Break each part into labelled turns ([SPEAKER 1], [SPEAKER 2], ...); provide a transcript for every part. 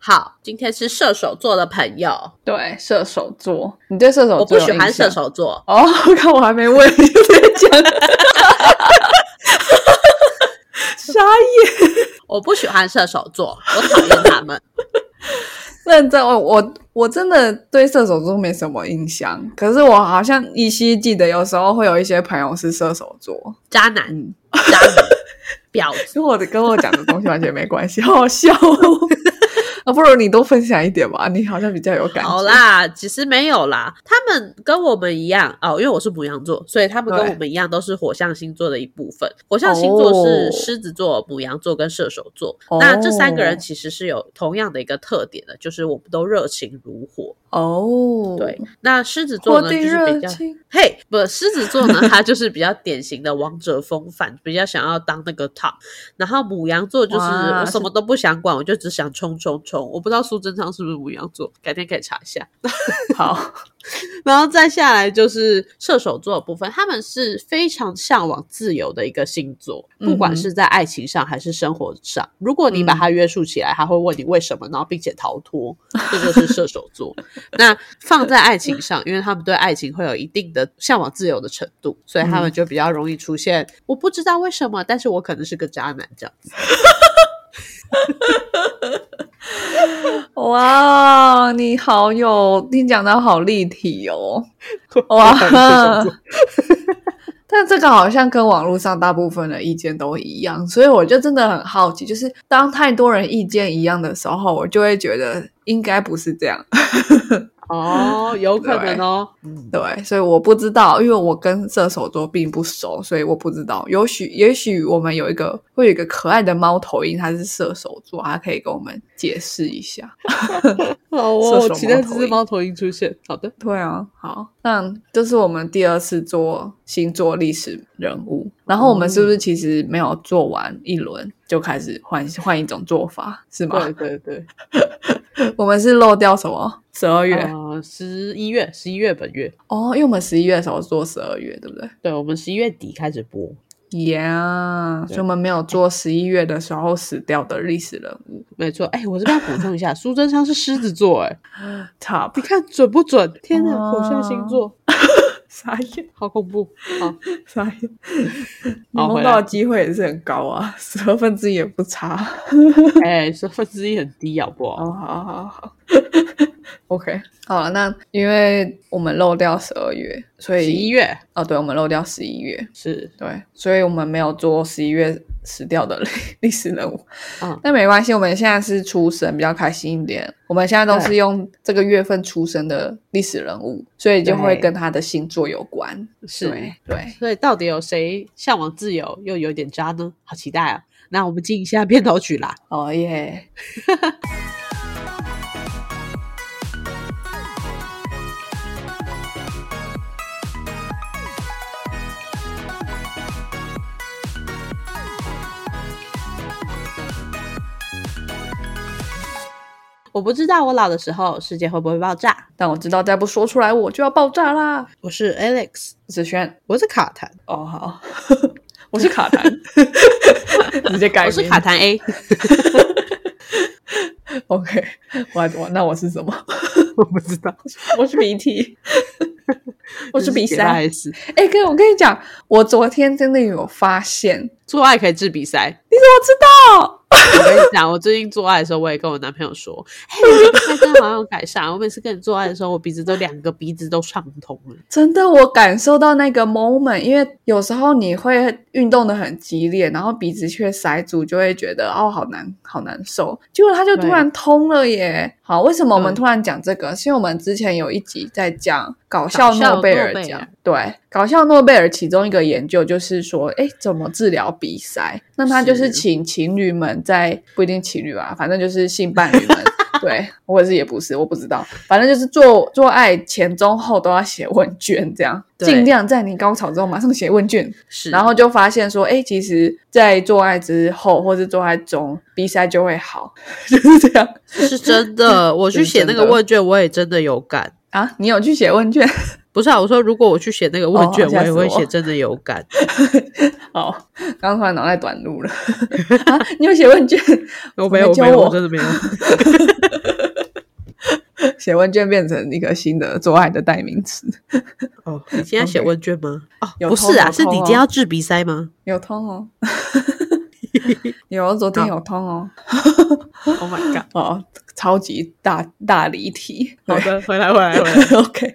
[SPEAKER 1] 好，今天是射手座的朋友，
[SPEAKER 2] 对，射手座，你对射手
[SPEAKER 1] 我
[SPEAKER 2] 座
[SPEAKER 1] 不
[SPEAKER 2] 哦有
[SPEAKER 1] 喜欢
[SPEAKER 2] 印象
[SPEAKER 1] 射手座，
[SPEAKER 2] 哦，看我还没问，你就直接讲， 傻眼。
[SPEAKER 1] 我不喜欢射手座，我讨厌他 们。
[SPEAKER 2] 认真，我我我真的对射手座没什么印象，可是我好像依稀记得，有时候会有一些朋友是射手座，
[SPEAKER 1] 渣男、
[SPEAKER 2] 嗯，
[SPEAKER 1] 渣女、 婊子，
[SPEAKER 2] 跟我的跟我讲的东西完全没关系，好好笑 哦。啊，不如你多分享一点吧，你好像比较有感觉。
[SPEAKER 1] 好，啦，其实没有啦，他们跟我们一样哦，因为我是母羊座，所以他们跟
[SPEAKER 2] 对
[SPEAKER 1] 我们一样都是火象星座的一部分。火象星座是
[SPEAKER 2] 哦
[SPEAKER 1] 狮子座、母羊座跟射手座。那这三个人
[SPEAKER 2] 哦
[SPEAKER 1] 其实是有同样的一个特点的，就是我们都热情如火。
[SPEAKER 2] 哦，
[SPEAKER 1] 对，，那狮子
[SPEAKER 2] 我
[SPEAKER 1] 座呢，
[SPEAKER 2] 的
[SPEAKER 1] 就是
[SPEAKER 2] 热
[SPEAKER 1] 比较。
[SPEAKER 2] 情，
[SPEAKER 1] 嘿不，狮子座 呢，他就是比较典型的王者风范，比较想要当那个 top。然后母羊座就是
[SPEAKER 2] 哇
[SPEAKER 1] 我
[SPEAKER 2] 是
[SPEAKER 1] 什么都不想管，我就只想冲冲冲。我不知道苏贞昌是不是母羊座，改天可以查一下。
[SPEAKER 2] 好，
[SPEAKER 1] 然后再下来就是射手座的部分，他们是非常向往自由的一个星座，
[SPEAKER 2] 嗯哼嗯
[SPEAKER 1] 不管是在爱情上还是生活上，如果你把他约束起来，他会问你为什么，然后并且逃脱，这就是射手座。 那放在爱情上，因为他们对爱情会有一定的向往自由的程度，所以他
[SPEAKER 2] 嗯
[SPEAKER 1] 们就比较容易出现、我不知道为什么，但是我可能是个渣男这样子。
[SPEAKER 2] 哇，你好有，你讲的好立体哦。
[SPEAKER 1] 我可能是射手座
[SPEAKER 2] 但这个好像跟网络上大部分的意见都一样，所以我就真的很好奇，就是当太多人意见一样的时候，我就会觉得应该不是这样。
[SPEAKER 1] 哦，有可能哦。
[SPEAKER 2] 对，所以我不知道，因为我跟射手座并不熟，所以我不知道。也许也许我们有一个会有一个可爱的猫头鹰，它是射手座，它可以跟我们解释一下。
[SPEAKER 1] 好
[SPEAKER 2] 射
[SPEAKER 1] 哦，
[SPEAKER 2] 手
[SPEAKER 1] 我期待这
[SPEAKER 2] 猫头
[SPEAKER 1] 只
[SPEAKER 2] 鹰
[SPEAKER 1] 猫头鹰出现。好的。
[SPEAKER 2] 对啊，好，那这是我们第二次做星座历史人物，然后我们是不是其实没有做完一轮就开始换换一种做法，是吗
[SPEAKER 1] 对？对对，
[SPEAKER 2] 我们是漏掉什么？十二月、
[SPEAKER 1] 啊，十一月，十一月本月，
[SPEAKER 2] 哦，因为我们十一月的时候做十二月，对不对
[SPEAKER 1] 对我们十一月底开始播，
[SPEAKER 2] ？Yeah，
[SPEAKER 1] 对
[SPEAKER 2] 所以我们没有做十一月的时候死掉的历史人物
[SPEAKER 1] 没错。哎，我这边要补充一下，苏贞昌是狮子座，哎，
[SPEAKER 2] Top
[SPEAKER 1] 你看准不准？天哪，
[SPEAKER 2] 哇
[SPEAKER 1] 火象星座，
[SPEAKER 2] 傻眼
[SPEAKER 1] 好恐怖。好，
[SPEAKER 2] 傻眼， 你
[SPEAKER 1] 好回来
[SPEAKER 2] 梦到的机会也是很高啊，十二分之一也不差。
[SPEAKER 1] 哎，十分之一很低，好不好？
[SPEAKER 2] 哦，好好好 ，OK，好了，那因为我们漏掉十二月，所
[SPEAKER 1] 十一
[SPEAKER 2] 以
[SPEAKER 1] 月
[SPEAKER 2] 哦，对，我们漏掉十一月，
[SPEAKER 1] 是，
[SPEAKER 2] 对，所以我们没有做十一月死掉的 历历史人物，
[SPEAKER 1] 嗯，
[SPEAKER 2] 但没关系，我们现在是出生，比较开心一点。我们现在都
[SPEAKER 1] 对
[SPEAKER 2] 是用这个月份出生的历史人物，所以就会
[SPEAKER 1] 对
[SPEAKER 2] 跟他的星座有关。
[SPEAKER 1] 是
[SPEAKER 2] 对对，
[SPEAKER 1] 所以到底有谁向往自由又有点渣呢？好期待啊！那我们进一下片头曲啦。
[SPEAKER 2] 哦耶！
[SPEAKER 1] 我不知道我老的时候世界会不会爆炸。
[SPEAKER 2] 但我知道再不说出来我就要爆炸啦。
[SPEAKER 1] 我是 Alex，
[SPEAKER 2] 子轩，
[SPEAKER 1] 我是卡痰，
[SPEAKER 2] 哦好， 我是卡痰， 直接改
[SPEAKER 1] 我
[SPEAKER 2] 名。
[SPEAKER 1] 是卡痰 A。
[SPEAKER 2] OK，我还我那 我是什么？
[SPEAKER 1] 我不知道，
[SPEAKER 2] 我是鼻 涕，我是鼻塞。哎、
[SPEAKER 1] S，
[SPEAKER 2] 哥，我跟你讲，我昨天真的有发现，你
[SPEAKER 1] 做爱可以治鼻塞。
[SPEAKER 2] 怎么知道？
[SPEAKER 1] 我跟你讲，我最近做爱的时候，我也跟我男朋友说，哎、我我鼻塞真的好像有改善。我每次跟你做爱的时候，我鼻子都两个鼻子都畅通了。
[SPEAKER 2] 真的，我感受到那个 moment，因为有时候你会运动的很激烈，然后鼻子却塞住，就会觉得哦，好难，好难受。结果它就突然通了耶！好，为什么我们
[SPEAKER 1] 对
[SPEAKER 2] 突然讲这个？是因为我们之前有一集在讲搞笑
[SPEAKER 1] 搞笑
[SPEAKER 2] 诺贝尔
[SPEAKER 1] 诺贝
[SPEAKER 2] 奖
[SPEAKER 1] 尔，
[SPEAKER 2] 对，搞笑诺贝尔其中一个研究就是说，哎，怎么治疗鼻塞？那他就是
[SPEAKER 1] 是
[SPEAKER 2] 请情侣们在不一定情侣吧，反正就是性伴侣们， 对，或者是也不是，我不知道，反正就是做做爱前中后都要写问卷，这样
[SPEAKER 1] 对
[SPEAKER 2] 尽量在你高潮之后马上写问卷，
[SPEAKER 1] 是
[SPEAKER 2] 然后就发现说，哎，其实，在做爱之后或是做爱中，鼻塞就会好， 就是这样
[SPEAKER 1] 是真 的，我去写那个问卷，我也真的有感。
[SPEAKER 2] 啊。你有去写问卷？
[SPEAKER 1] 不是啊，我说如果我去写那个问卷，
[SPEAKER 2] 哦吓
[SPEAKER 1] 我
[SPEAKER 2] 死
[SPEAKER 1] 也
[SPEAKER 2] 我
[SPEAKER 1] 会写真的有感。
[SPEAKER 2] 哦，刚刚突然脑袋短路了。啊、你有写问卷？
[SPEAKER 1] 我没有，
[SPEAKER 2] 没教
[SPEAKER 1] 没有，
[SPEAKER 2] 我
[SPEAKER 1] 我真的没有。
[SPEAKER 2] 写问卷变成一个新的做爱的代名词。
[SPEAKER 1] 哦，你现在写问卷吗？哦，
[SPEAKER 2] 有
[SPEAKER 1] 不
[SPEAKER 2] 偷
[SPEAKER 1] 是啊，
[SPEAKER 2] 有
[SPEAKER 1] 是
[SPEAKER 2] 偷
[SPEAKER 1] 你今
[SPEAKER 2] 哦
[SPEAKER 1] 天要治鼻塞 吗
[SPEAKER 2] 有通哦，有昨天有通哦，
[SPEAKER 1] ？Oh my god！
[SPEAKER 2] 哦，超级大大离题。哦
[SPEAKER 1] 好的，回来，回来，回来。
[SPEAKER 2] OK，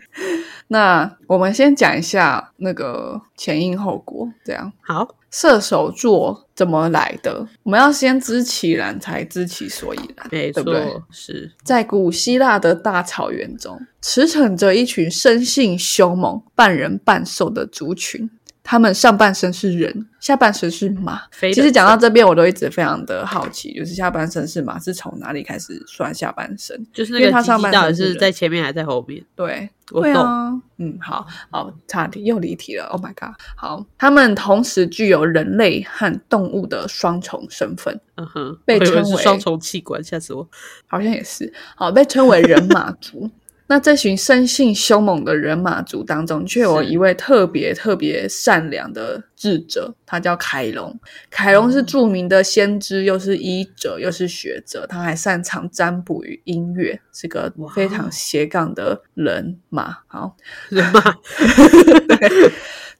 [SPEAKER 2] 那我们先讲一下那个前因后果，这样。
[SPEAKER 1] 好，
[SPEAKER 2] 射手座怎么来的？我们要先知其然，才知其所以然，
[SPEAKER 1] 没
[SPEAKER 2] 对
[SPEAKER 1] 错，
[SPEAKER 2] 不对？
[SPEAKER 1] 是
[SPEAKER 2] 在古希腊的大草原中，驰骋着一群生性凶猛、半人半兽的族群。他们上半身是人，下半身是马。
[SPEAKER 1] 非
[SPEAKER 2] 其
[SPEAKER 1] 得
[SPEAKER 2] 实讲到这边，我都一直非常的好奇，就是下半身是马是从哪里开始算下半身？
[SPEAKER 1] 就是那
[SPEAKER 2] 因为
[SPEAKER 1] 个
[SPEAKER 2] 它
[SPEAKER 1] 鸡
[SPEAKER 2] 上
[SPEAKER 1] 鸡
[SPEAKER 2] 半
[SPEAKER 1] 到底
[SPEAKER 2] 身是
[SPEAKER 1] 是
[SPEAKER 2] 人
[SPEAKER 1] 在前面还是在后面？
[SPEAKER 2] 对，
[SPEAKER 1] 我
[SPEAKER 2] 对
[SPEAKER 1] 懂
[SPEAKER 2] 啊，嗯，好好，差题又离题了，Oh my god！好，他们同时具有人类和动物的双重身份，
[SPEAKER 1] 嗯哼，
[SPEAKER 2] 被
[SPEAKER 1] 我以为
[SPEAKER 2] 称
[SPEAKER 1] 是
[SPEAKER 2] 为
[SPEAKER 1] 双重器官，吓死我！
[SPEAKER 2] 好像也是，好被称为人马 族。那这群生性凶猛的人马族当中，却有
[SPEAKER 1] 是
[SPEAKER 2] 一位特别特别善良的智者，他叫凯龙。凯
[SPEAKER 1] 哦
[SPEAKER 2] 龙是著名的先知，又是医者，又是学者，他还擅长占卜与音乐，是个
[SPEAKER 1] 哇哦
[SPEAKER 2] 非常斜杠的人马。好，
[SPEAKER 1] 人 马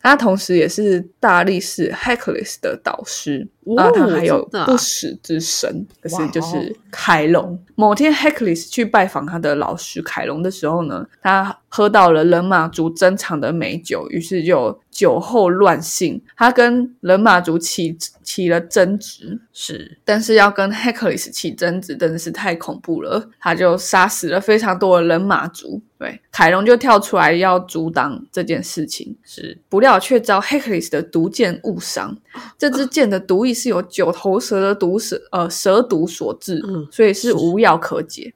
[SPEAKER 2] 他同时也是大力士 Hercules 的导师，
[SPEAKER 1] 哦
[SPEAKER 2] 然后他还有
[SPEAKER 1] 真的啊
[SPEAKER 2] 不死之神，可
[SPEAKER 1] 哇
[SPEAKER 2] 是
[SPEAKER 1] 哦
[SPEAKER 2] 就是凯龙。某天 Hercules 去拜访他的老师凯龙的时候呢，他喝到了人马族珍藏的美酒，于是就酒后乱性，他跟人马族起起了争执。
[SPEAKER 1] 是
[SPEAKER 2] 但是要跟 Hercules 起争执真的是太恐怖了，他就杀死了非常多的人马族。对，凯龙就跳出来要阻挡这件事情，
[SPEAKER 1] 是，
[SPEAKER 2] 不料却遭 Hercules 的毒箭误伤。这支箭的毒液是由九头蛇的毒蛇呃蛇毒所致
[SPEAKER 1] 嗯，
[SPEAKER 2] 所以是无药 可解。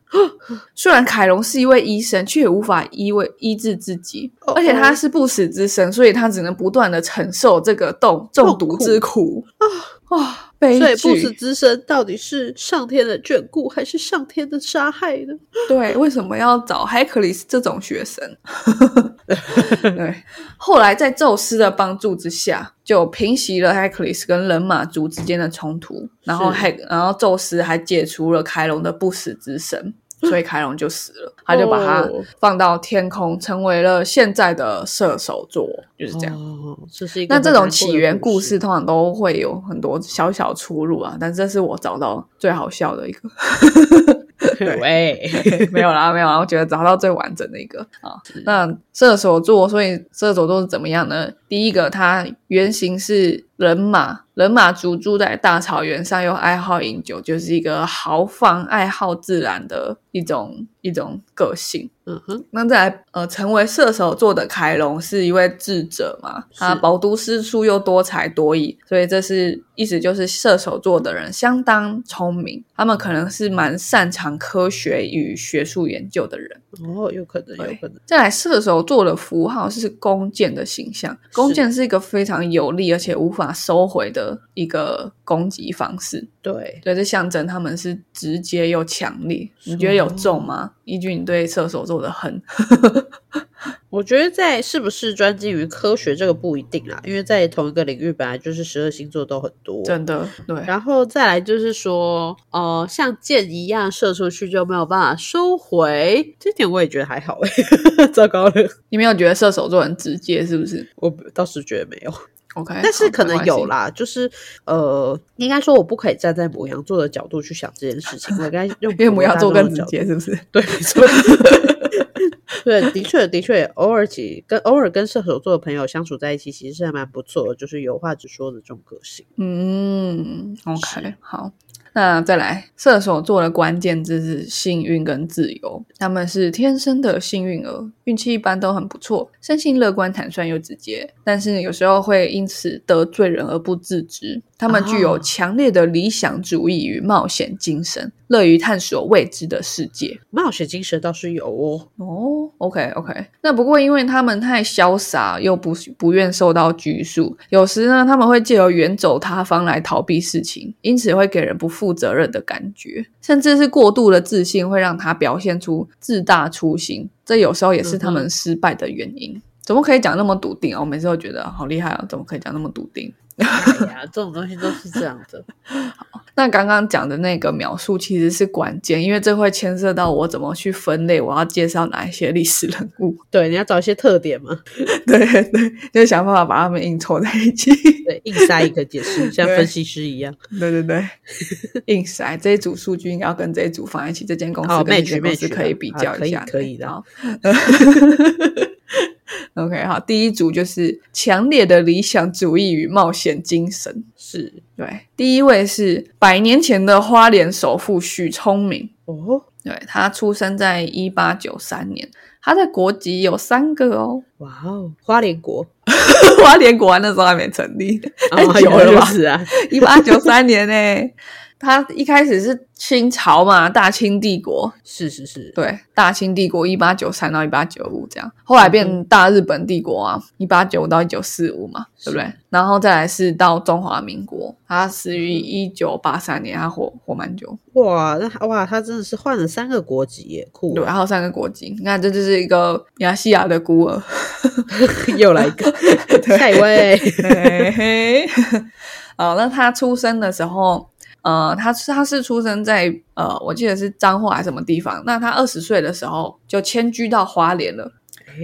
[SPEAKER 2] 虽然凯龙是一位医生，却也无法医为医治自己，
[SPEAKER 1] 哦
[SPEAKER 2] 而且他是不死之身，所以他只能不断的承受这个中中毒之苦啊啊！悲
[SPEAKER 1] 所以不死
[SPEAKER 2] 剧
[SPEAKER 1] 之身到底是上天的眷顾，还是上天的杀害呢？
[SPEAKER 2] 对，为什么要找 Hercules 这种学生？ 对，后来在宙斯的帮助之下，就平息了 Hercules 跟人马族之间的冲突，然后
[SPEAKER 1] 是
[SPEAKER 2] 还然后宙斯还解除了凯龙的不死之身，所以凯龙就死了，他就把它
[SPEAKER 1] 哦
[SPEAKER 2] 放到天空，成为了现在的射手座，就是这样。
[SPEAKER 1] 哦，这是一个
[SPEAKER 2] 那
[SPEAKER 1] 很
[SPEAKER 2] 这
[SPEAKER 1] 难过
[SPEAKER 2] 种
[SPEAKER 1] 的
[SPEAKER 2] 起源
[SPEAKER 1] 故
[SPEAKER 2] 故事，通常都会有很多小小出入啊，但这是我找到最好笑的一个。
[SPEAKER 1] 喂，
[SPEAKER 2] 没有啦，没有啦，我觉得找到最完整的一个啊
[SPEAKER 1] 是。
[SPEAKER 2] 那射手座，所以射手座是怎么样呢？第一个，它原型是人马，人马族住在大草原上，又爱好饮酒，就是一个豪放、爱好自然的一种一种个性。
[SPEAKER 1] 嗯 哼，
[SPEAKER 2] 那再来，呃，成为射手座的凯龙是一位智者嘛，
[SPEAKER 1] 是
[SPEAKER 2] 他饱读诗书又多才多艺，所以这是意思就是射手座的人相当聪明，他们可能是蛮擅长科学与学术研究的人。
[SPEAKER 1] 哦，有可能，有
[SPEAKER 2] 对
[SPEAKER 1] 可能，
[SPEAKER 2] 再来，射手座的符号是弓箭的形象，弓箭是一个非常有力而且无法收回的一个攻击方式，
[SPEAKER 1] 对，
[SPEAKER 2] 对，这象征他们是直接又强烈。你觉得有中吗？依据你对射手座的恨。
[SPEAKER 1] 我觉得在是不是专精于科学这个不一定啦，因为在同一个领域本来就是十二星座都很多，
[SPEAKER 2] 真的对，
[SPEAKER 1] 然后再来就是说，呃，像箭一样射出去就没有办法收回，这点我也觉得还好哎， 糟糕了，
[SPEAKER 2] 你没有觉得射手座很直接是不是
[SPEAKER 1] 我倒是觉得没有，
[SPEAKER 2] ？OK，
[SPEAKER 1] 但是
[SPEAKER 2] 好
[SPEAKER 1] 可能有。
[SPEAKER 2] 没关系
[SPEAKER 1] 啦，就是呃，应该说我不可以站在母羊座的角度去想这件事情，我应该用
[SPEAKER 2] 因为母羊座更
[SPEAKER 1] 普
[SPEAKER 2] 直
[SPEAKER 1] 罗大众的角度
[SPEAKER 2] 接，是不是？
[SPEAKER 1] 对，没错。 对，的确，的确，偶尔几跟偶尔跟射手座的朋友相处在一起，其实是还蛮不错的，就是有话直说的这种个性。
[SPEAKER 2] 嗯，OK，好，那再来，射手座的关键字是幸运跟自由，他们是天生的幸运儿，运气一般都很不错，生性乐观、坦率又直接，但是有时候会因此得罪人而不自知。他们具有
[SPEAKER 1] 啊
[SPEAKER 2] 强烈的理想主义与冒险精神，乐于探索未知的世界。
[SPEAKER 1] 冒险精神倒是有哦，
[SPEAKER 2] 哦，OK OK，那不过因为他们太潇洒，又不不愿受到拘束，有时呢他们会借由远走他方来逃避事情，因此会给人不负责任的感觉，甚至是过度的自信会让他表现出自大粗心，这有时候也是他
[SPEAKER 1] 嗯
[SPEAKER 2] 们失败的原因。怎么可以讲那么笃定啊？我每次都觉得好厉害啊，怎么可以讲那么笃定？
[SPEAKER 1] 哎呀，这种东西都是这样的。
[SPEAKER 2] 那刚刚讲的那个描述其实是关键，因为这会牵涉到我怎么去分类，我要介绍哪一些历史人物。
[SPEAKER 1] 对，你要找一些特点嘛，
[SPEAKER 2] 对对，就想办法把他们硬凑在一起。
[SPEAKER 1] 对，硬塞一个解 释，像分析师一样。
[SPEAKER 2] 对对对，硬塞这一组数据应该要跟这一组放在一起，这间公司
[SPEAKER 1] 哦
[SPEAKER 2] 跟那间
[SPEAKER 1] ，match，
[SPEAKER 2] 公司
[SPEAKER 1] match
[SPEAKER 2] 可以
[SPEAKER 1] 的
[SPEAKER 2] 比
[SPEAKER 1] 啊
[SPEAKER 2] 较
[SPEAKER 1] 可
[SPEAKER 2] 一
[SPEAKER 1] 以
[SPEAKER 2] 下。
[SPEAKER 1] 可以的
[SPEAKER 2] 好 OK，好，第一组就是强烈的理想主义与冒险精神。
[SPEAKER 1] 是
[SPEAKER 2] 对，第一位是百年前的花莲首富许聪明。
[SPEAKER 1] 哦，
[SPEAKER 2] 对他出生在一八九三年，他的国籍有三个哦。
[SPEAKER 1] 哇哦，花莲国，
[SPEAKER 2] 花莲国安那时候还没成立，太
[SPEAKER 1] 哦
[SPEAKER 2] 久了吧
[SPEAKER 1] 是啊，
[SPEAKER 2] 一八九三年呢、他一开始是清朝嘛，大清帝国，
[SPEAKER 1] 是是是，
[SPEAKER 2] 对，大清帝国一八九三到一八九五这样，后来变大日本帝国啊，一八九到一九四五嘛，对不对
[SPEAKER 1] 是？
[SPEAKER 2] 然后再来是到中华民国，他死于一九八三年，他活活蛮久，
[SPEAKER 1] 哇，那哇，他真的是换了三个国籍耶，酷啊
[SPEAKER 2] 对，还有三个国籍，你看这就是一个亚细亚的孤儿。
[SPEAKER 1] 啊又来一 个，下一 位，
[SPEAKER 2] 嘿 嘿，好，呃那他出生的时候，呃，他是他是出生在呃，我记得是彰化还是什么地方。那他二十岁的时候就迁居到花莲了。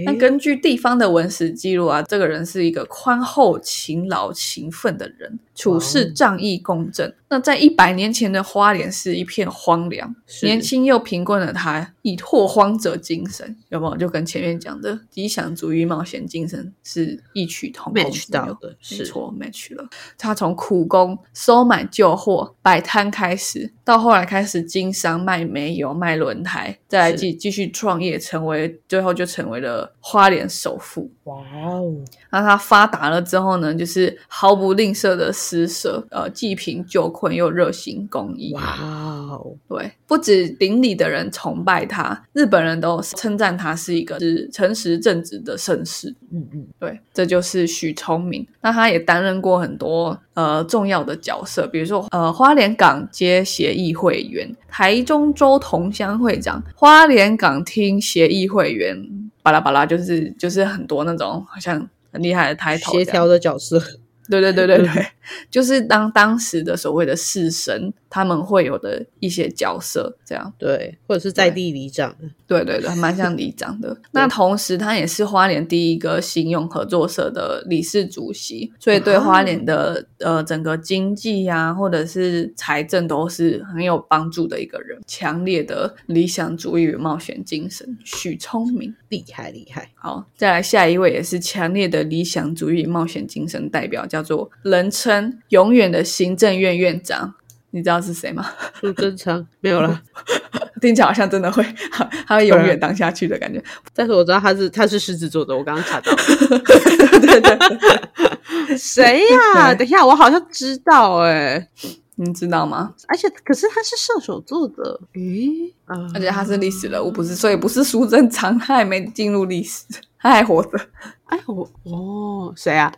[SPEAKER 2] 那
[SPEAKER 1] 哎
[SPEAKER 2] 根据地方的文史记录啊，这个人是一个宽厚、勤劳、勤奋的人，处事
[SPEAKER 1] 哇哦
[SPEAKER 2] 仗义公正。那在一百年前的花莲是一片荒凉，
[SPEAKER 1] 是
[SPEAKER 2] 年轻又贫困的他，以拓荒者精神，有没有？就跟前面讲的理想主义、冒险精神是异曲同工
[SPEAKER 1] match
[SPEAKER 2] 之妙
[SPEAKER 1] 到的，
[SPEAKER 2] 没
[SPEAKER 1] 是
[SPEAKER 2] 错，match 了。他从苦工、收买旧货、摆摊开始，到后来开始经商卖煤油、卖轮胎，再来
[SPEAKER 1] 是
[SPEAKER 2] 继继续创业，成为最后就成为了花莲首富。
[SPEAKER 1] 哇哦，
[SPEAKER 2] 那他发达了之后呢，就是毫不吝啬的施舍，呃，济贫救困又热心公益。
[SPEAKER 1] 哇哦，
[SPEAKER 2] 对，不止邻里的人崇拜他，日本人都称赞他是一个是诚实正直的绅士。
[SPEAKER 1] 嗯嗯，
[SPEAKER 2] 对，这就是许聪明。那他也担任过很多呃重要的角色，比如说呃花莲港街协议会员、台中州同乡会长、花莲港厅协议会员，巴拉巴拉，就是就是很多那种好像很厉害的 title
[SPEAKER 1] 协
[SPEAKER 2] 这样。
[SPEAKER 1] 调的角色，
[SPEAKER 2] 对对对 对对，就是当当时的所谓的士绅，他们会有的一些角色这样。
[SPEAKER 1] 对，或者是在地里长，
[SPEAKER 2] 对对对，蛮像里长的。那同时，他也是花莲第一个信用合作社的理事主席，所以对
[SPEAKER 1] 哇哦
[SPEAKER 2] 花莲的呃整个经济呀、或者是财政都是很有帮助的一个人。强烈的理想主义与冒险精神，许聪明。
[SPEAKER 1] 厉害厉害，
[SPEAKER 2] 好，再来下一位也是强烈的理想主义冒险精神代表，叫做人称“永远的行政院院长”，你知道是谁吗？
[SPEAKER 1] 苏贞昌没有啦，
[SPEAKER 2] 听起来好像真的会， 他会永远当下去的感觉。
[SPEAKER 1] 但是我知道他是他是狮子座的，我刚刚查到
[SPEAKER 2] 对对对，
[SPEAKER 1] 谁呀、等一下，我好像知道哎、
[SPEAKER 2] 你知道吗？
[SPEAKER 1] 而且可是他是射手座的，咦、啊
[SPEAKER 2] 而且他是历史人物，不是，所以不是苏贞昌，他还没进入历史，他还活着。
[SPEAKER 1] 哎我哦谁啊？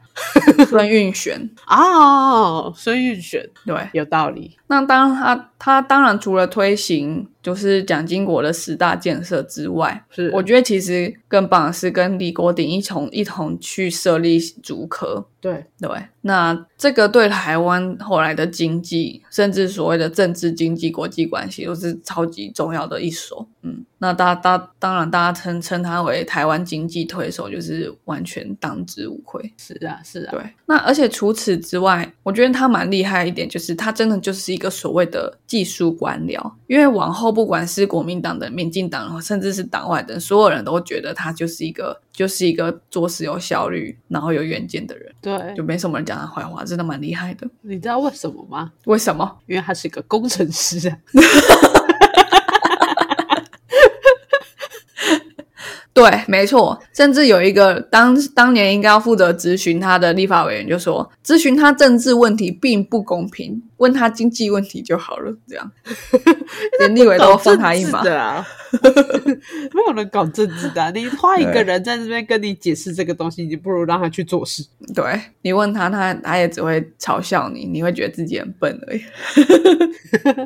[SPEAKER 2] 孙运璇，
[SPEAKER 1] 哦，孙运璇
[SPEAKER 2] 对，
[SPEAKER 1] 有道理，
[SPEAKER 2] 那当然他他当然除了推行就是蒋经国的十大建设之外，
[SPEAKER 1] 是
[SPEAKER 2] 我觉得其实更棒的是跟李国鼎一同一同去设立竹科。
[SPEAKER 1] 对
[SPEAKER 2] 对，那这个对台湾后来的经济，甚至所谓的政治、经济、国际关系，都是超级重要的一手。嗯，那大大当然，大家称称他为台湾经济推手，就是完全当之无愧。
[SPEAKER 1] 是啊是啊，
[SPEAKER 2] 对，那而且除此之外，我觉得他蛮厉害一点，就是他真的就是一个所谓的技术官僚，因为往后不管是国民党的、民进党，甚至是党外的人，所有人都觉得他就是一个就是一个做事有效率，然后有远见的人，
[SPEAKER 1] 对
[SPEAKER 2] 就没什么人讲他坏话，真的蛮厉害的。
[SPEAKER 1] 你知道为什么吗？
[SPEAKER 2] 为什么？
[SPEAKER 1] 因为他是一个工程师啊，
[SPEAKER 2] 对，没错，甚至有一个当当年应该要负责咨询他的立法委员就说，咨询他政治问题并不公平，问他经济问题就好了， 这样，连立委都放他一
[SPEAKER 1] 搞
[SPEAKER 2] 马
[SPEAKER 1] 政治。的 啊，没有人搞政治的啊、你花一个人在这边跟你解释这个东西，你不如让他去做事。
[SPEAKER 2] 对你问他，他他也只会嘲笑你，你会觉得自己很笨 而已。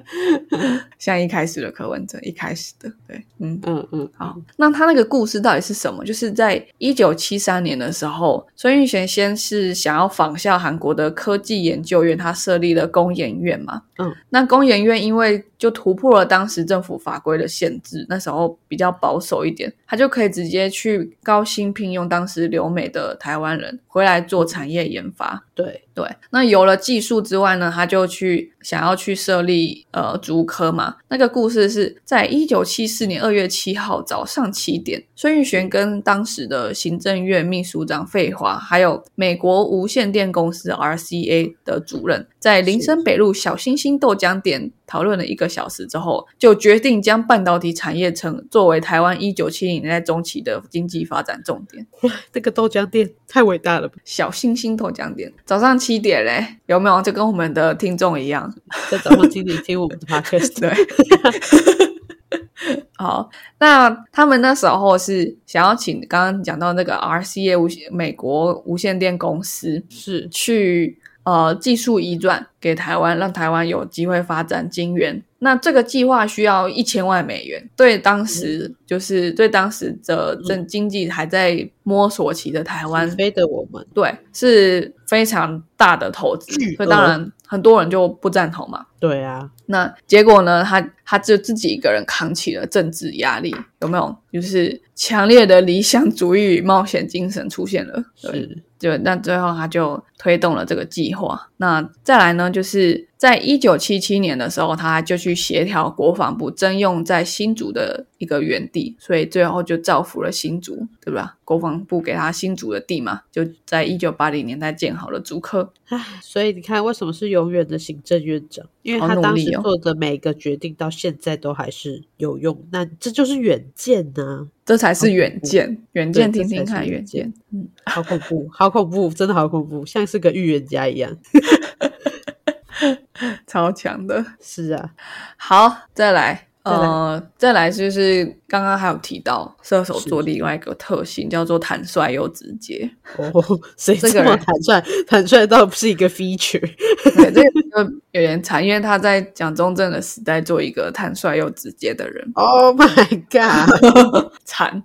[SPEAKER 2] 像一开始的柯文哲，一开始的对，嗯，
[SPEAKER 1] 嗯嗯，
[SPEAKER 2] 好。那他那个故事到底是什么？就是在一九七三年的时候，孙运璇先是想要仿效韩国的科技研究院，他设立了工研院嘛。
[SPEAKER 1] 嗯，
[SPEAKER 2] 那工研院因为就突破了当时政府法规的限制，那时候比较保守一点，他就可以直接去高薪聘用当时留美的台湾人回来做产业研发。
[SPEAKER 1] 对，
[SPEAKER 2] 对，那有了技术之外呢，他就去想要去设立呃竹科嘛。那个故事是在一九七四年二月七号早上七点，孙玉璇跟当时的行政院秘书长费华，还有美国无线电公司 RCA 的主任，在林森北路小星星豆浆店讨论了一个小时之后，就决定将半导体产业成作为台湾一九七零年代中期的经济发展重点。
[SPEAKER 1] 那个豆浆店太伟大了吧，
[SPEAKER 2] 小星星豆浆店，早上七点嘞，有没有？就跟我们的听众一样，
[SPEAKER 1] 在早上听你听我 们的 podcast，
[SPEAKER 2] 对。好，那他们那时候是想要请刚刚讲到那个 RCA 无线美国无线电公司
[SPEAKER 1] 是
[SPEAKER 2] 去呃技术移转给台湾，让台湾有机会发展晶圆。那这个计划需要一千万美元，对当时、就是对当时的正经济还在摸索期的台湾
[SPEAKER 1] 南非的我们，
[SPEAKER 2] 对，是非常大的投资
[SPEAKER 1] 巨，
[SPEAKER 2] 所以
[SPEAKER 1] 额
[SPEAKER 2] 当然很多人就不赞同嘛。
[SPEAKER 1] 对啊，
[SPEAKER 2] 那结果呢？他他就自己一个人扛起了政治压力，有没有？就是强烈的理想主义与冒险精神出现了。对，
[SPEAKER 1] 是
[SPEAKER 2] 就那最后他就推动了这个计划。那再来呢，就是在一九七七年的时候，他就去协调国防部征用在新竹的一个原地，所以最后就造福了新竹，对吧？国防部给他新竹的地嘛，就在一九八零年代建好了竹科。
[SPEAKER 1] 所以你看，为什么是永远的行政院长？因为
[SPEAKER 2] 好
[SPEAKER 1] 他
[SPEAKER 2] 努
[SPEAKER 1] 当
[SPEAKER 2] 力
[SPEAKER 1] 时
[SPEAKER 2] 哦
[SPEAKER 1] 做的每一个决定，到现在都还是有用。那这就是远见啊呐、
[SPEAKER 2] 这才是远见，远见听听看，
[SPEAKER 1] 哦这才是
[SPEAKER 2] 远
[SPEAKER 1] 远见
[SPEAKER 2] 见。嗯，
[SPEAKER 1] 好恐怖，好恐怖，真的好恐怖，像是个预言家一样。
[SPEAKER 2] 超强的。
[SPEAKER 1] 是啊，
[SPEAKER 2] 好，再来，
[SPEAKER 1] 再来
[SPEAKER 2] 呃，再来就是刚刚还有提到射手座
[SPEAKER 1] 是
[SPEAKER 2] 另外一个特性叫做坦率又直接，
[SPEAKER 1] 哦，谁
[SPEAKER 2] 这
[SPEAKER 1] 这
[SPEAKER 2] 个
[SPEAKER 1] 么
[SPEAKER 2] 人
[SPEAKER 1] 坦率？坦率到不是一个 feature。
[SPEAKER 2] 对，这个就有点惨，因为他在蒋中正的时代做一个坦率又直接的人，
[SPEAKER 1] Oh my god！
[SPEAKER 2] 惨，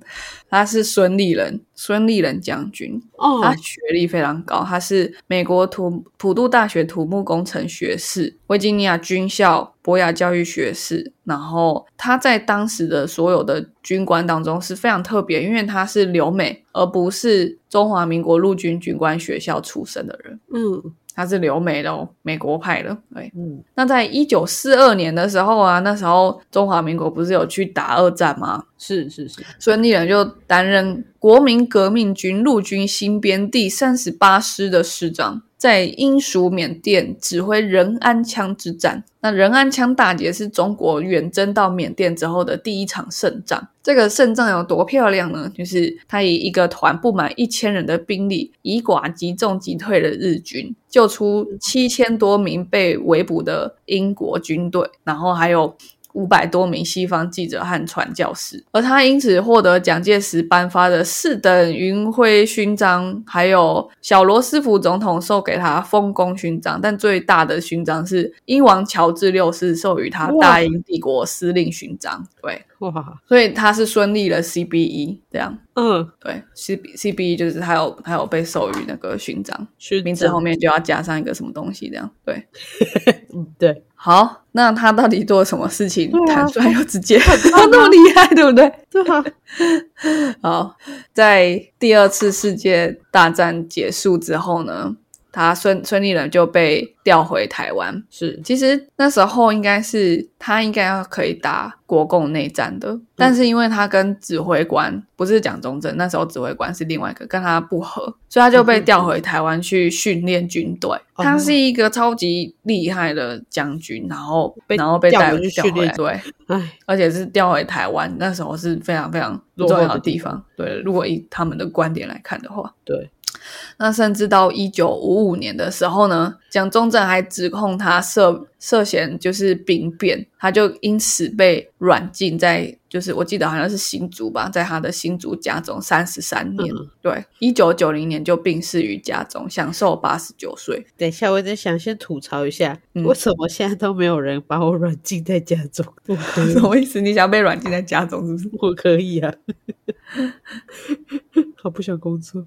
[SPEAKER 2] 他是孙立人，孙立人将军，
[SPEAKER 1] 哦，
[SPEAKER 2] 他学历非常高，他是美国土普渡大学土木工程学士，维吉尼亚军校博雅教育学士。然后他在当时的所有的军官当中是非常特别，因为他是留美，而不是中华民国陆军军官学校出身的人，
[SPEAKER 1] 嗯
[SPEAKER 2] 他是留美的哦，美国派的。对，
[SPEAKER 1] 嗯，
[SPEAKER 2] 那在一九四二年的时候啊，那时候中华民国不是有去打二战吗？
[SPEAKER 1] 是是是，
[SPEAKER 2] 孙立人就担任国民革命军陆军新编第三十八师的师长，在英属缅甸指挥仁安羌之战。那仁安羌大捷是中国远征到缅甸之后的第一场胜仗。这个胜仗有多漂亮呢？就是他以一个团不满一千人的兵力，以寡击众击退了日军，救出七千多名被围捕的英国军队，然后还有五百多名西方记者和传教士，而他因此获得蒋介石颁发的四等云辉勋章，还有小罗斯福总统授给他丰功勋章，但最大的勋章是英王乔治六世授予他
[SPEAKER 1] 哇
[SPEAKER 2] 大英帝国司令勋章。对，
[SPEAKER 1] 哇，
[SPEAKER 2] 所以他是孙立了 CBE 这样。
[SPEAKER 1] 嗯，
[SPEAKER 2] 对，C B C B E 就是他有他有被授予那个勋章，
[SPEAKER 1] 勋
[SPEAKER 2] 名字后面就要加上一个什么东西这样。对，
[SPEAKER 1] 嗯，对，
[SPEAKER 2] 好，那他到底做了什么事情？
[SPEAKER 1] 对啊
[SPEAKER 2] 坦率又直接，他
[SPEAKER 1] 棒啊
[SPEAKER 2] 那么厉害，对不对？
[SPEAKER 1] 对啊，
[SPEAKER 2] 好，在第二次世界大战结束之后呢，他孙孙立人就被调回台湾。
[SPEAKER 1] 是
[SPEAKER 2] 其实那时候应该是他应该要可以打国共内战
[SPEAKER 1] 嗯
[SPEAKER 2] 的，但是因为他跟指挥官不是蒋中正，那时候指挥官是另外一个，跟他不合，所以他就被调回台湾去训练军队。
[SPEAKER 1] 哦
[SPEAKER 2] 他是一个超级厉害的将军，然后
[SPEAKER 1] 被
[SPEAKER 2] 然后被
[SPEAKER 1] 调
[SPEAKER 2] 带
[SPEAKER 1] 回去
[SPEAKER 2] 调
[SPEAKER 1] 训
[SPEAKER 2] 回来，
[SPEAKER 1] 练
[SPEAKER 2] 对，
[SPEAKER 1] 哎，
[SPEAKER 2] 而且是调回台湾，那时候是非常非常
[SPEAKER 1] 落
[SPEAKER 2] 重
[SPEAKER 1] 后的
[SPEAKER 2] 要的地方。对，如果以他们的观点来看的话，
[SPEAKER 1] 对，
[SPEAKER 2] 那甚至到一九五五年的时候呢，蒋中正还指控他涉涉嫌就是兵变，他就因此被软禁在，就是我记得好像是新竹吧，在他的新竹家中三十三年。
[SPEAKER 1] 嗯
[SPEAKER 2] 对，一九九零年就病逝于家中，享受八十九岁。
[SPEAKER 1] 等一下，我在想先吐槽一下，
[SPEAKER 2] 嗯
[SPEAKER 1] 为什么现在都没有人把我 软禁在家中？我可以
[SPEAKER 2] 什么意思？你想要被软禁在家中是不是？
[SPEAKER 1] 我可以啊， 好不想工作。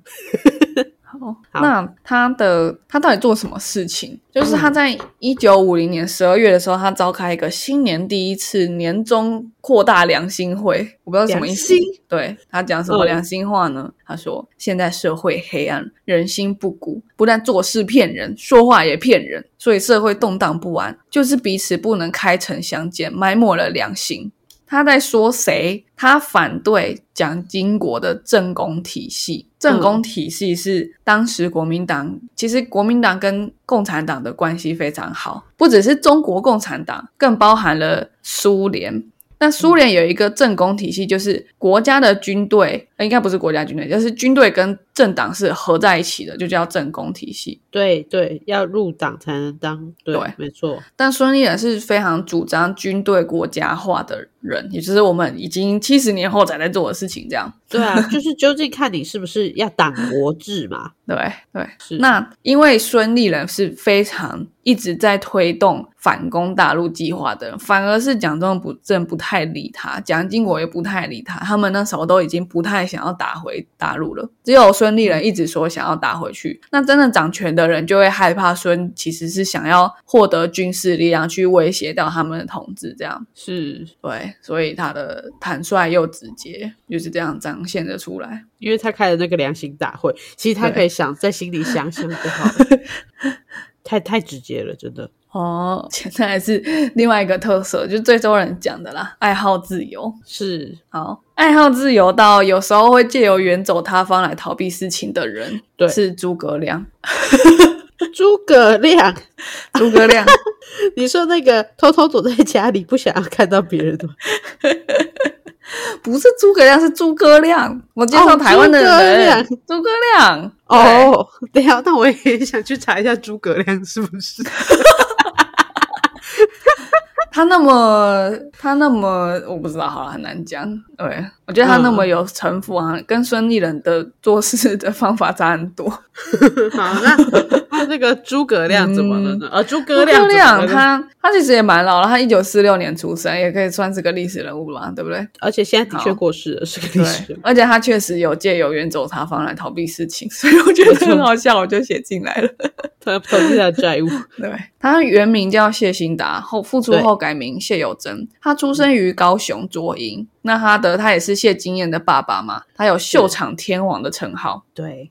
[SPEAKER 2] 好，那他的他到底做什么事情？就是他在
[SPEAKER 1] 嗯
[SPEAKER 2] 一九五零年十二月的时候，他召开一个新年第一次年终扩大良心会，我不知道什么意思
[SPEAKER 1] 良心。
[SPEAKER 2] 对他讲什么
[SPEAKER 1] 嗯
[SPEAKER 2] 良心话呢？他说：“现在社会黑暗，人心不古，不但做事骗人，说话也骗人，所以社会动荡不安，就是彼此不能开诚相见，埋没了良心。”他在说谁？他反对蒋经国的政工体系。政工体系是当时国民党，其实国民党跟共产党的关系非常好，不只是中国共产党，更包含了苏联。那苏联有一个政工体系，就是国家的军队，呃应该不是国家军队，就是军队跟政党是合在一起的，就叫政工体系。
[SPEAKER 1] 对对，要入党才能当，对，
[SPEAKER 2] 对
[SPEAKER 1] 没 错，
[SPEAKER 2] 但孙立人是非常主张军队国家化的人，也就是我们已经七十年后才在做的事情。这样，
[SPEAKER 1] 对啊，就是究竟看你是不是要党国制嘛？
[SPEAKER 2] 对对。
[SPEAKER 1] 是，
[SPEAKER 2] 那因为孙立人是非常一直在推动反攻大陆计划的人，反而是蒋中不正不太理他，蒋经国也不太理他，他们那时候都已经不太想要打回大陆了，只有孙立人一直说想要打回去。那真的掌权的人就会害怕孙其实是想要获得军事力量去威胁到他们的统治，这样。
[SPEAKER 1] 是
[SPEAKER 2] 对，所以他的坦率又直接，就是这样彰显的出来。
[SPEAKER 1] 因为他开了那个良心大会，其实他
[SPEAKER 2] 对
[SPEAKER 1] 可以想在心里想想就好了 太太直接了，真的
[SPEAKER 2] 哦， 现在是另外一个特色，就是最多人讲的啦，爱好自由。
[SPEAKER 1] 是
[SPEAKER 2] 好，爱好自由到有时候会借由远走他方来逃避事情的人，
[SPEAKER 1] 对
[SPEAKER 2] 是诸葛亮。
[SPEAKER 1] 诸葛亮。
[SPEAKER 2] 诸葛亮
[SPEAKER 1] 你说那个偷偷躲在家里不想要看到别人的吗，
[SPEAKER 2] 不是诸葛亮，是诸葛亮。我介绍
[SPEAKER 1] 哦
[SPEAKER 2] 台湾的人，
[SPEAKER 1] 诸
[SPEAKER 2] 诸葛亮。 对，
[SPEAKER 1] 哦，对啊，那我也想去查一下诸葛亮是不是？
[SPEAKER 2] 他那么他那么，我不知道，好了，很难讲。对，我觉得他那么有城府啊，跟孙立人的做事的方法差很多。
[SPEAKER 1] 好， 那那那个诸葛亮怎么了呢？呃、诸葛
[SPEAKER 2] 嗯诸
[SPEAKER 1] 亮
[SPEAKER 2] 葛
[SPEAKER 1] 怎么了
[SPEAKER 2] 亮
[SPEAKER 1] 呢，
[SPEAKER 2] 他他其实也蛮老了，他一九四六年出生，也可以算是个历史人物啦，对不对？
[SPEAKER 1] 而且现在的确
[SPEAKER 2] 好
[SPEAKER 1] 过世了，是个
[SPEAKER 2] 对
[SPEAKER 1] 历史人物，
[SPEAKER 2] 而且他确实有借由远走他方来逃避事情， 所以我觉得很好笑，我就写进来了。
[SPEAKER 1] 他投资他的债务。
[SPEAKER 2] 对，他原名叫谢兴达，后复出
[SPEAKER 1] 对
[SPEAKER 2] 后改名谢有贞。他出生于高雄左营，那他的他也是谢金燕的爸爸嘛，他有秀场天王的称号。
[SPEAKER 1] 对，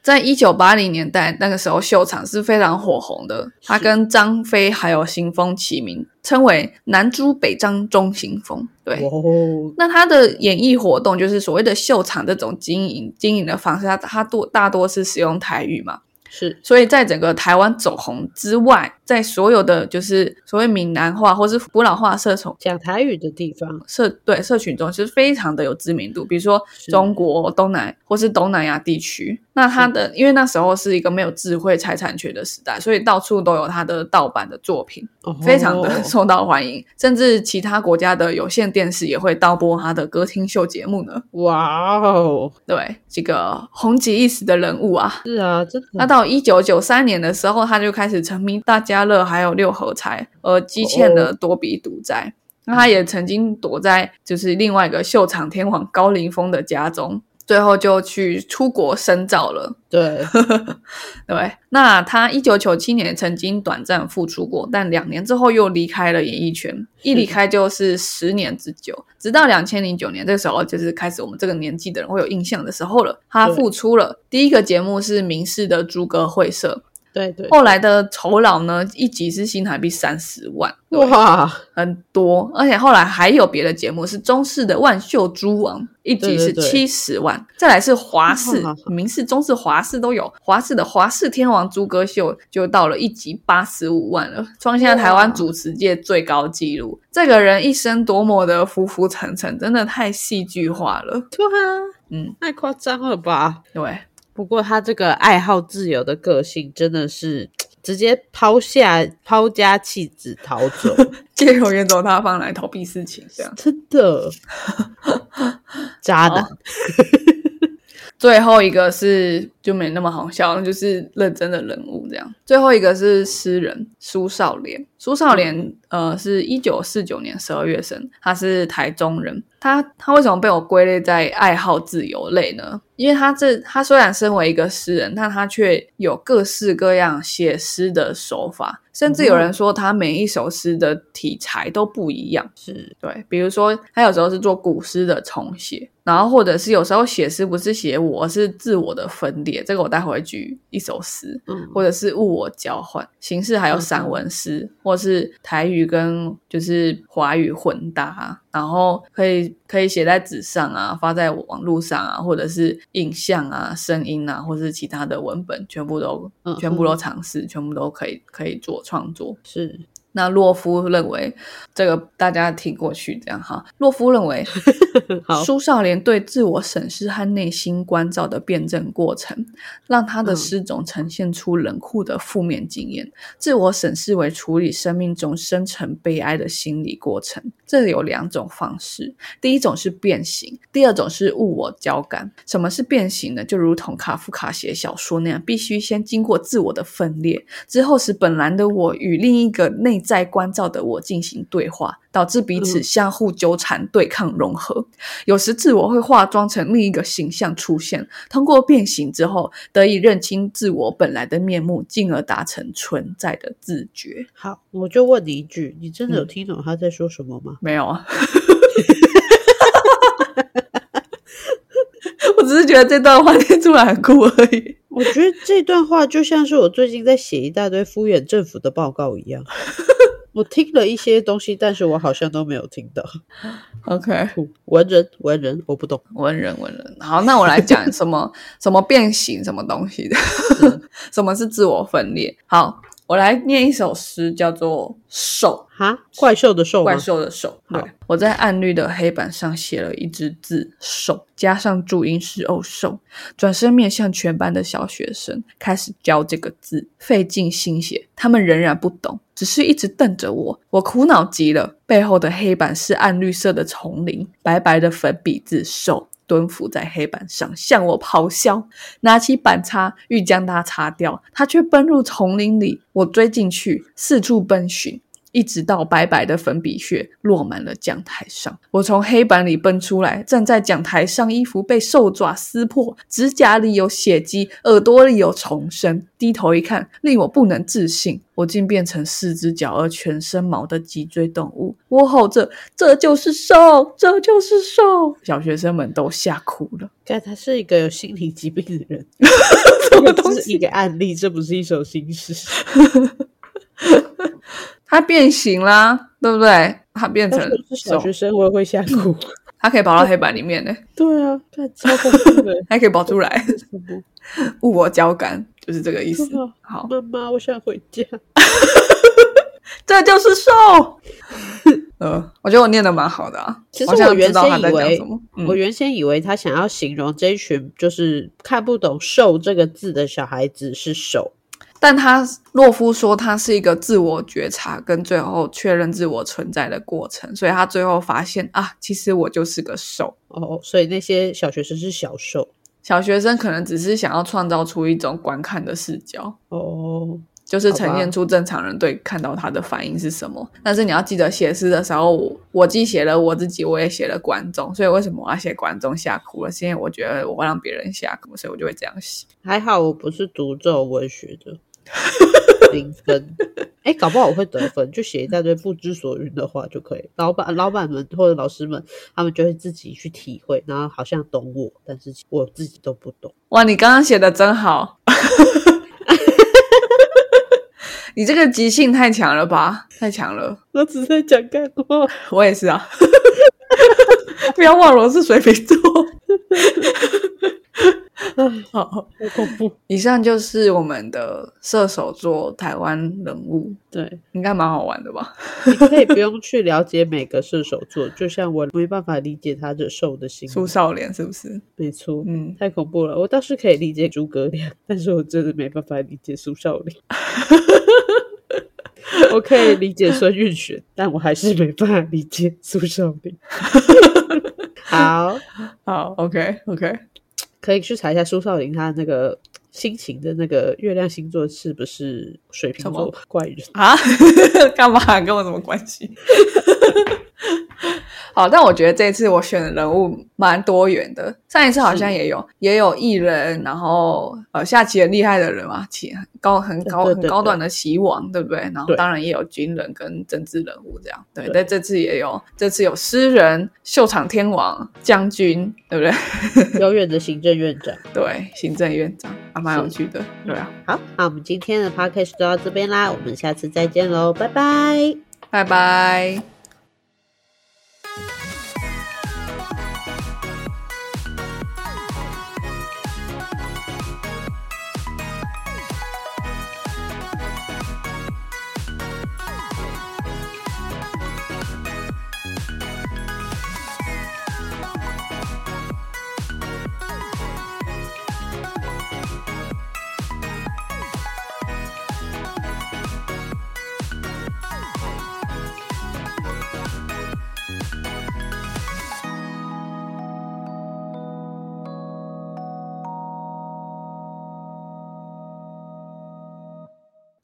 [SPEAKER 2] 在一九八零年代，那个时候秀场是非常火红的，他跟张飞还有邢风齐名，称为南朱北张中行风。对，
[SPEAKER 1] 哇哦，
[SPEAKER 2] 那他的演艺活动就是所谓的秀场这种经营经营的方式，他他多大多是使用台语嘛，
[SPEAKER 1] 是
[SPEAKER 2] 所以在整个台湾走红之外，在所有的就是所谓闽南话或是古老话社从
[SPEAKER 1] 讲台语的地方，
[SPEAKER 2] 社对社群中是非常的有知名度，比如说
[SPEAKER 1] 是
[SPEAKER 2] 中国东南或是东南亚地区。那他的因为那时候是一个没有智慧财产权的时代，所以到处都有他的盗版的作品。
[SPEAKER 1] 哦
[SPEAKER 2] 非常的 受到欢迎，甚至其他国家的有线电视也会倒播他的歌厅秀节目呢。
[SPEAKER 1] 哇哦，
[SPEAKER 2] 对，这个红极一时的人物啊。
[SPEAKER 1] 是啊，真的
[SPEAKER 2] 那到一九九三年的时候，他就开始沉迷大家乐还有六合彩，而积欠了多笔赌债。那他也曾经躲在就是另外一个秀场天王高凌风的家中，最后就去出国深造了。
[SPEAKER 1] 对，
[SPEAKER 2] 对，那他一九九七年曾经短暂复出过，但两年之后又离开了演艺圈，一离开就是十年之久，直到两千零九年，这时候就是开始我们这个年纪的人会有印象的时候了。他
[SPEAKER 1] 对
[SPEAKER 2] 复出了，第一个节目是明视的诸葛会社，
[SPEAKER 1] 对 对，
[SPEAKER 2] 后来的酬劳呢，一集是新台币三十万，
[SPEAKER 1] 哇，
[SPEAKER 2] 很多，而且后来还有别的节目是中视的《万秀珠王》，一集是
[SPEAKER 1] 对对
[SPEAKER 2] 七
[SPEAKER 1] 对
[SPEAKER 2] 十万，再来 是华视
[SPEAKER 1] 哇、
[SPEAKER 2] 明视、中视、华视都有，华视的《华视天王朱哥秀》就到了一集八十五万了，创下台湾
[SPEAKER 1] 哇
[SPEAKER 2] 主持界最高纪录。这个人一生多么的浮浮沉沉，真的太戏剧化了。
[SPEAKER 1] 对啊，
[SPEAKER 2] 嗯，
[SPEAKER 1] 太夸张了吧？
[SPEAKER 2] 对，
[SPEAKER 1] 不过他这个爱好自由的个性真的是直接抛下抛家弃子逃 走，
[SPEAKER 2] 借由远走他方来逃避事情，这样。
[SPEAKER 1] 真 的渣男。
[SPEAKER 2] 最后一个是就没那么好笑，就是认真的人物这样。最后一个是诗人苏少莲，苏少莲，呃，是一九四九年十二月生，他是台中人。他他为什么被我归类在爱好自由类呢？因为他这他虽然身为一个诗人，但他却有各式各样写诗的手法，甚至有人说他每一首诗的题材都不一样。
[SPEAKER 1] 是
[SPEAKER 2] 对，比如说他有时候是做古诗的重写，然后或者是有时候写诗不是写我，而是自我的分裂。这个我待会会举一首诗，
[SPEAKER 1] 嗯，
[SPEAKER 2] 或者是物我交换形式，还有散文诗，或是台语跟就是华语混搭，然后可以可以写在纸上啊，发在网络上啊，或者是影像啊、声音啊，或是其他的文本，全部都
[SPEAKER 1] 嗯
[SPEAKER 2] 全部都尝试，全部都可以可以做创作。
[SPEAKER 1] 是
[SPEAKER 2] 那洛夫认为这个大家听过去这样哈，洛夫认为
[SPEAKER 1] 好
[SPEAKER 2] 苏少莲对自我审视和内心关照的辩证过程，让他的
[SPEAKER 1] 嗯
[SPEAKER 2] 诗种呈现出冷酷的负面经验。自我审视为处理生命中深沉悲哀的心理过程。这有两种方式，第一种是变形，第二种是物我交感。什么是变形呢？就如同卡夫卡写小说那样，必须先经过自我的分裂，之后使本来的我与另一个内在关照的我进行对话，导致彼此
[SPEAKER 1] 嗯
[SPEAKER 2] 相互纠缠、对抗、融合。有时自我会化妆成另一个形象出现，通过变形之后，得以认清自我本来的面目，进而达成存在的自觉。
[SPEAKER 1] 好，我就问你一句，你真的有
[SPEAKER 2] 嗯
[SPEAKER 1] 听懂他在说什么吗？
[SPEAKER 2] 没有 啊，我只是觉得这段话念出来很酷而已。
[SPEAKER 1] 我觉得这段话就像是我最近在写一大堆敷衍政府的报告一 样。我听了一些东西，但是我好像都没有听到。
[SPEAKER 2] OK，
[SPEAKER 1] 文人，文人，我不懂。
[SPEAKER 2] 文人文人。好，那我来讲什么什么变形什么东西的， 什么是自我分裂。好，我来念一首诗，叫做《手
[SPEAKER 1] 哈，怪兽的》，兽吗
[SPEAKER 2] 怪？兽的手。
[SPEAKER 1] 好
[SPEAKER 2] 对，我在暗绿的黑板上写了一只字“手”，加上注音是“哦手”，转身面向全班的小学生，开始教这个字，费尽心血，他们仍然不懂，只是一直瞪着我。我苦恼极了，背后的黑板是暗绿色的丛林，白白的粉笔字“手”。蹲伏在黑板上向我咆哮，拿起板擦欲将它擦掉，它却奔入丛林里。我追进去，四处奔寻，一直到白白的粉笔屑落满了讲台上。我从黑板里奔出来，站在讲台上，衣服被兽爪撕破，指甲里有血迹，耳朵里有虫声。低头一看，令我不能置信，我竟变成四只脚而全身毛的脊椎动物。我吼着：“这就是兽，这就是兽！”小学生们都吓哭了。
[SPEAKER 1] 看，他是一个有心理疾病的 人。
[SPEAKER 2] 什
[SPEAKER 1] 这
[SPEAKER 2] 么东
[SPEAKER 1] 不是
[SPEAKER 2] 西
[SPEAKER 1] 一？个案例，这不是一首新诗。
[SPEAKER 2] 它变形啦，对不对？它变
[SPEAKER 1] 但
[SPEAKER 2] 成
[SPEAKER 1] 是我是小
[SPEAKER 2] 兽，
[SPEAKER 1] 学生，我也会吓哭。
[SPEAKER 2] 它可以跑到黑板里面呢，
[SPEAKER 1] 对啊，看超恐怖的。
[SPEAKER 2] 还可以跑出来。
[SPEAKER 1] 为什么？
[SPEAKER 2] 物我交感，就是这个 意思
[SPEAKER 1] 对啊。
[SPEAKER 2] 好，
[SPEAKER 1] 妈妈，我想回家。
[SPEAKER 2] 这就是兽。 呃，我觉得我念的蛮好的啊。
[SPEAKER 1] 其实
[SPEAKER 2] 好像
[SPEAKER 1] 我原
[SPEAKER 2] 知道
[SPEAKER 1] 先
[SPEAKER 2] 他
[SPEAKER 1] 以
[SPEAKER 2] 在讲
[SPEAKER 1] 为
[SPEAKER 2] 什么，嗯
[SPEAKER 1] 我原先以为他想要形容这一群就是看不懂“瘦”这个字的小孩子是手，
[SPEAKER 2] 但他洛夫说他是一个自我觉察跟最后确认自我存在的过程，所以他最后发现啊，其实我就是个兽。
[SPEAKER 1] 哦，所以那些小学生是小瘦。
[SPEAKER 2] 小学生可能只是想要创造出一种观看的视角，
[SPEAKER 1] 哦，
[SPEAKER 2] 就是
[SPEAKER 1] 好吧
[SPEAKER 2] 呈现出正常人对看到他的反应是什么。但是你要记得写诗的时候，我我既写了我自己，我也写了观众。所以为什么我要写观众吓哭了？是因为我觉得我会让别人吓哭，所以我就会这样写。
[SPEAKER 1] 还好我不是读这种文学 的，零分。哎，搞不好我会得分，就写一大堆不知所云的话就可以。老板、老板们或者老师们，他们就会自己去体会，然后好像懂我，但是我自己都不懂。
[SPEAKER 2] 哇，你刚刚写的真好， 你这个即兴太强了吧？太强了，
[SPEAKER 1] 我只在讲干话。
[SPEAKER 2] 我也是啊。 不要忘了我是水瓶座。 好，
[SPEAKER 1] 好恐怖。
[SPEAKER 2] 以上就是我们的射手座台湾人物，
[SPEAKER 1] 对，
[SPEAKER 2] 应该蛮好玩的吧？
[SPEAKER 1] 你可以不用去了解每个射手座，就像我没办法理解他的受的心理。
[SPEAKER 2] 苏少莲是不是？
[SPEAKER 1] 没错，
[SPEAKER 2] 嗯，
[SPEAKER 1] 太恐怖了。我倒是可以理解诸葛亮，但是我真的没办法理解苏少林。 我可以理解孙运璇，但我还是没办法理解苏少 林。好，
[SPEAKER 2] 好，OK，OK，、
[SPEAKER 1] 可以去查一下苏少林他那个心情的那个月亮星座是不是水瓶
[SPEAKER 2] 什
[SPEAKER 1] 座
[SPEAKER 2] 么
[SPEAKER 1] 怪人？
[SPEAKER 2] 啊， 干嘛？跟我什么关系？ 好，但我觉得这次我选的人物蛮多元的。上一次好像也有，也有艺人，然后呃，下棋很厉害的人嘛，棋很高很高
[SPEAKER 1] 对对
[SPEAKER 2] 很高端的棋王，对不对？然后
[SPEAKER 1] 对
[SPEAKER 2] 当然也有军人跟政治人物这样。对，
[SPEAKER 1] 对
[SPEAKER 2] 但这次也有，这次有诗人、秀场天王、将军，对不对？
[SPEAKER 1] 遥远的行政院长。
[SPEAKER 2] 对，行政院长，还、蛮有
[SPEAKER 1] 是
[SPEAKER 2] 趣的。对啊，
[SPEAKER 1] 好，那我们今天的 podcast 就到这边啦，我们下次再见喽，拜拜。
[SPEAKER 2] 拜拜。